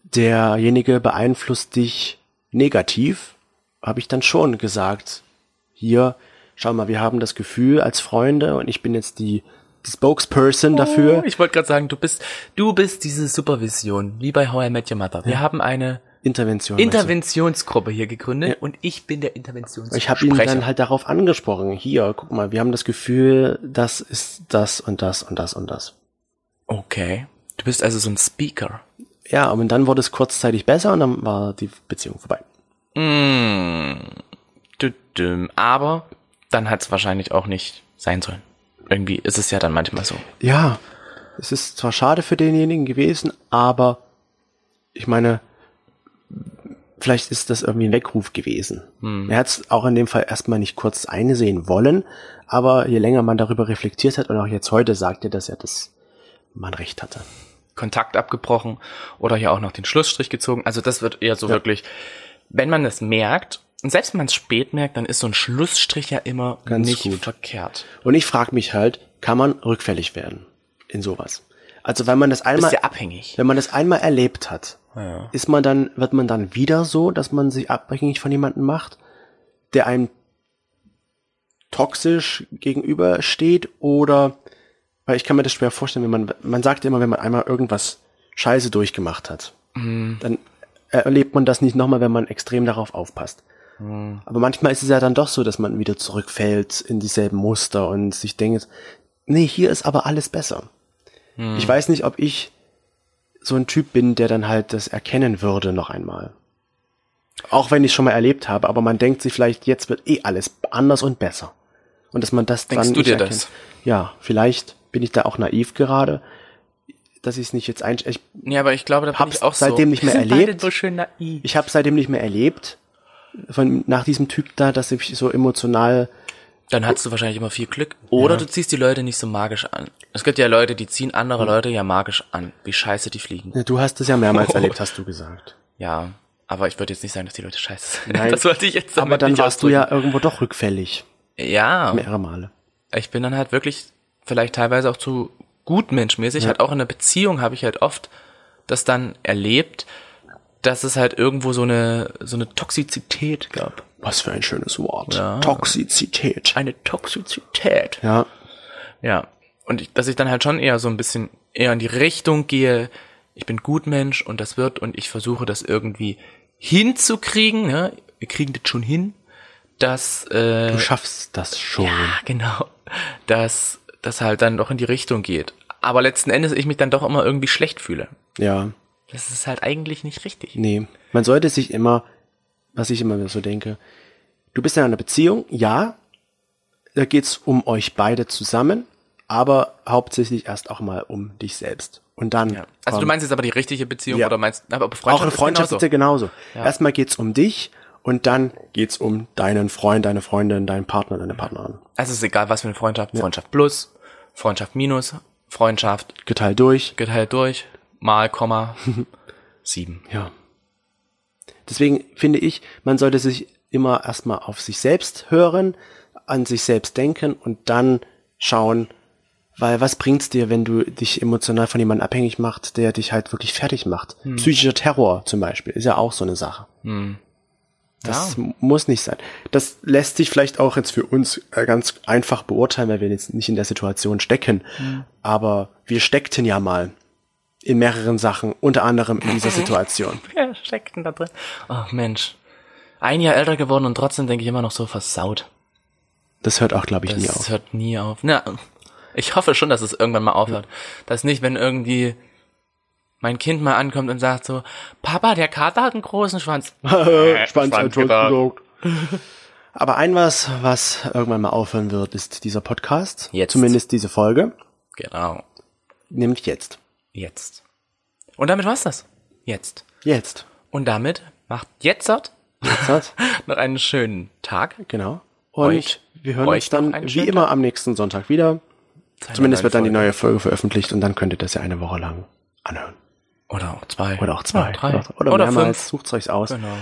[SPEAKER 1] derjenige beeinflusst dich negativ, habe ich dann schon gesagt, hier, schau mal, wir haben das Gefühl als Freunde und ich bin jetzt die, die Spokesperson dafür.
[SPEAKER 3] Oh, Ich wollte gerade sagen, du bist, du bist diese Supervision, wie bei How I Met Your Mother. Wir haben eine
[SPEAKER 1] Intervention. meinst du?
[SPEAKER 3] Interventionsgruppe hier gegründet und ich bin der
[SPEAKER 1] Ich
[SPEAKER 3] Interventionssprecher.
[SPEAKER 1] habe ihn dann halt darauf angesprochen. Hier, guck mal, wir haben das Gefühl, das ist das und das und das und das.
[SPEAKER 3] okay. Du bist also so ein Speaker.
[SPEAKER 1] Ja, und dann wurde es kurzzeitig besser und dann war die Beziehung vorbei.
[SPEAKER 3] Tütüm. Mm. Aber dann hat es wahrscheinlich auch nicht sein sollen. Irgendwie ist es ja dann manchmal so.
[SPEAKER 1] Ja, es ist zwar schade für denjenigen gewesen, aber ich meine, vielleicht ist das irgendwie ein Weckruf gewesen. Er hat es auch in dem Fall erstmal nicht kurz einsehen wollen, aber je länger man darüber reflektiert hat und auch jetzt heute sagt er, dass er das man recht hatte.
[SPEAKER 3] Kontakt abgebrochen oder hier auch noch den Schlussstrich gezogen. Also das wird eher so wirklich, wenn man das merkt, und selbst wenn man es spät merkt, dann ist so ein Schlussstrich ja immer
[SPEAKER 1] Ganz
[SPEAKER 3] nicht
[SPEAKER 1] gut.
[SPEAKER 3] verkehrt.
[SPEAKER 1] Und ich frage mich halt, kann man rückfällig werden in sowas? Also wenn man das
[SPEAKER 3] Bist
[SPEAKER 1] einmal,
[SPEAKER 3] ja abhängig.
[SPEAKER 1] wenn man das einmal erlebt hat, ist man dann, wird man dann wieder so, dass man sich abhängig von jemandem macht, der einem toxisch gegenübersteht oder, weil ich kann mir das schwer vorstellen, wenn man, man sagt ja immer, wenn man einmal irgendwas Scheiße durchgemacht hat, dann erlebt man das nicht nochmal, wenn man extrem darauf aufpasst. Aber manchmal ist es ja dann doch so, dass man wieder zurückfällt in dieselben Muster und sich denkt, nee, hier ist aber alles besser.
[SPEAKER 3] Hm.
[SPEAKER 1] Ich weiß nicht, ob ich so ein Typ bin, der dann halt das erkennen würde noch einmal. Auch wenn ich es schon mal erlebt habe, aber man denkt sich vielleicht, jetzt wird eh alles anders und besser. Und dass man das
[SPEAKER 3] Denkst
[SPEAKER 1] dann
[SPEAKER 3] du
[SPEAKER 1] nicht
[SPEAKER 3] dir das?
[SPEAKER 1] erkennt. Ja, vielleicht bin ich da auch naiv gerade, dass ich es nicht jetzt ein ich,
[SPEAKER 3] Ja, aber ich glaube, da bin
[SPEAKER 1] Hab's
[SPEAKER 3] ich auch
[SPEAKER 1] seitdem
[SPEAKER 3] so.
[SPEAKER 1] nicht mehr
[SPEAKER 3] Wir sind beide
[SPEAKER 1] erlebt.
[SPEAKER 3] So schön naiv.
[SPEAKER 1] ich habe seitdem nicht mehr erlebt von nach diesem Typ da, dass ich so emotional
[SPEAKER 3] Dann hast du wahrscheinlich immer viel Glück. Oder du ziehst die Leute nicht so magisch an. Es gibt ja Leute, die ziehen
[SPEAKER 1] Hm.
[SPEAKER 3] andere Leute ja magisch an. Wie scheiße die fliegen.
[SPEAKER 1] Ja, Du hast es ja mehrmals erlebt, hast du gesagt.
[SPEAKER 3] Ja. Aber ich würde jetzt nicht sagen, dass die Leute scheiße sind.
[SPEAKER 1] Nein.
[SPEAKER 3] Das wollte ich jetzt
[SPEAKER 1] Aber
[SPEAKER 3] damit
[SPEAKER 1] dann
[SPEAKER 3] nicht
[SPEAKER 1] warst du ja
[SPEAKER 3] ausdrücken.
[SPEAKER 1] irgendwo doch rückfällig.
[SPEAKER 3] Ja,
[SPEAKER 1] Mehrere Male.
[SPEAKER 3] ich bin dann halt wirklich vielleicht teilweise auch zu gutmenschmäßig, halt auch in einer Beziehung habe ich halt oft das dann erlebt, dass es halt irgendwo so eine, so eine Toxizität gab.
[SPEAKER 1] Was für ein schönes Wort. Toxizität.
[SPEAKER 3] Eine Toxizität.
[SPEAKER 1] Ja.
[SPEAKER 3] Ja. Und ich, dass ich dann halt schon eher so ein bisschen eher in die Richtung gehe, ich bin Gutmensch und das wird und ich versuche das irgendwie hinzukriegen, ne? Wir kriegen das schon hin, dass äh,
[SPEAKER 1] Du schaffst das schon.
[SPEAKER 3] ja, genau, dass das halt dann doch in die Richtung geht. Aber letzten Endes ich mich dann doch immer irgendwie schlecht fühle.
[SPEAKER 1] ja.
[SPEAKER 3] Das ist halt eigentlich nicht richtig.
[SPEAKER 1] Nee, man sollte sich immer, was ich immer so denke, du bist in einer Beziehung, ja, da geht's um euch beide zusammen, aber hauptsächlich erst auch mal um dich selbst. Und dann
[SPEAKER 3] Ja. Also du
[SPEAKER 1] kommt-
[SPEAKER 3] meinst jetzt aber die richtige Beziehung
[SPEAKER 1] Ja.
[SPEAKER 3] oder meinst aber Freundschaft
[SPEAKER 1] auch eine
[SPEAKER 3] ist
[SPEAKER 1] Freundschaft ist ja
[SPEAKER 3] genauso.
[SPEAKER 1] genauso. Erstmal geht's um dich und dann geht's um deinen Freund, deine Freundin, deinen Partner, deine Partnerin.
[SPEAKER 3] Also es ist egal, was für eine Freundschaft. Freundschaft plus, Freundschaft minus, Freundschaft
[SPEAKER 1] Geteilt durch.
[SPEAKER 3] geteilt halt durch, mal, Komma, sieben.
[SPEAKER 1] Ja. Deswegen finde ich, man sollte sich immer erstmal auf sich selbst hören, an sich selbst denken und dann schauen, weil was bringt's dir, wenn du dich emotional von jemandem abhängig machst, der dich halt wirklich fertig macht?
[SPEAKER 3] Hm.
[SPEAKER 1] Psychischer Terror zum Beispiel ist ja auch so eine Sache. Das
[SPEAKER 3] ja.
[SPEAKER 1] muss nicht sein. Das lässt sich vielleicht auch jetzt für uns äh, ganz einfach beurteilen, weil wir jetzt nicht in der Situation stecken.
[SPEAKER 3] Hm.
[SPEAKER 1] Aber wir steckten ja mal in mehreren Sachen, unter anderem in dieser Situation.
[SPEAKER 3] Wer steckt denn da drin? Ach Mensch. Ein Jahr älter geworden und trotzdem denke ich immer noch so versaut.
[SPEAKER 1] Das hört auch, glaube ich, nie
[SPEAKER 3] Das
[SPEAKER 1] auf.
[SPEAKER 3] hört nie auf. Na, ich hoffe schon, dass es irgendwann mal aufhört. Dass nicht, wenn irgendwie mein Kind mal ankommt und sagt so, Papa, der Kater hat einen großen Schwanz. Äh,
[SPEAKER 1] Schwanz als Holzprodukt. genau.
[SPEAKER 3] genau.
[SPEAKER 1] Aber ein was, was irgendwann mal aufhören wird, ist dieser Podcast.
[SPEAKER 3] Jetzt.
[SPEAKER 1] Zumindest diese Folge.
[SPEAKER 3] Genau.
[SPEAKER 1] Nämlich jetzt.
[SPEAKER 3] Jetzt. Und damit war's das. Jetzt.
[SPEAKER 1] Jetzt.
[SPEAKER 3] Und damit macht jetzt dort
[SPEAKER 1] Jetzt hat's.
[SPEAKER 3] noch einen schönen Tag.
[SPEAKER 1] genau. Und
[SPEAKER 3] Euch-
[SPEAKER 1] wir hören
[SPEAKER 3] euch
[SPEAKER 1] uns
[SPEAKER 3] noch einen
[SPEAKER 1] dann wie
[SPEAKER 3] schönen
[SPEAKER 1] immer am nächsten Sonntag wieder.
[SPEAKER 3] Eine
[SPEAKER 1] Zumindest
[SPEAKER 3] neue
[SPEAKER 1] wird dann die
[SPEAKER 3] Folge.
[SPEAKER 1] neue Folge veröffentlicht und dann könnt ihr das ja eine Woche lang anhören.
[SPEAKER 3] Oder auch zwei.
[SPEAKER 1] Oder auch zwei.
[SPEAKER 3] Oder drei.
[SPEAKER 1] Oder, oder, mehrmals. Sucht euch aus.
[SPEAKER 3] Genau.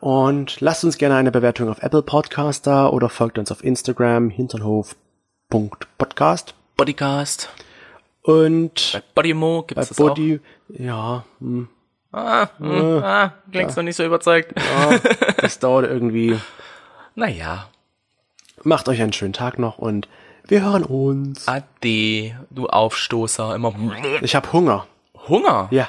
[SPEAKER 1] Und lasst uns gerne eine Bewertung auf Apple Podcast da oder folgt uns auf Instagram hinternhof.podcast.
[SPEAKER 3] Bodycast.
[SPEAKER 1] Und
[SPEAKER 3] Bei Bodymo
[SPEAKER 1] bei
[SPEAKER 3] gibt's das auch.
[SPEAKER 1] Body, ja, hm,
[SPEAKER 3] Ah, hm, ah, klingst noch nicht so überzeugt.
[SPEAKER 1] das dauert irgendwie.
[SPEAKER 3] Naja.
[SPEAKER 1] Macht euch einen schönen Tag noch und wir hören uns.
[SPEAKER 3] Ade, du Aufstoßer. Immer
[SPEAKER 1] Ich habe Hunger.
[SPEAKER 3] Hunger.
[SPEAKER 1] Ja.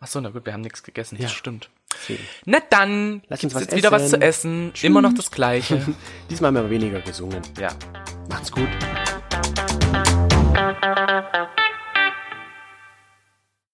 [SPEAKER 3] Ach so, na gut, wir haben nichts gegessen. Das stimmt.
[SPEAKER 1] Deswegen.
[SPEAKER 3] Na dann,
[SPEAKER 1] Lass
[SPEAKER 3] Lass
[SPEAKER 1] uns
[SPEAKER 3] gibt's
[SPEAKER 1] was
[SPEAKER 3] jetzt wieder was zu
[SPEAKER 1] essen.
[SPEAKER 3] essen. Immer noch das Gleiche.
[SPEAKER 1] Diesmal haben wir weniger gesungen.
[SPEAKER 3] ja.
[SPEAKER 1] Macht's gut.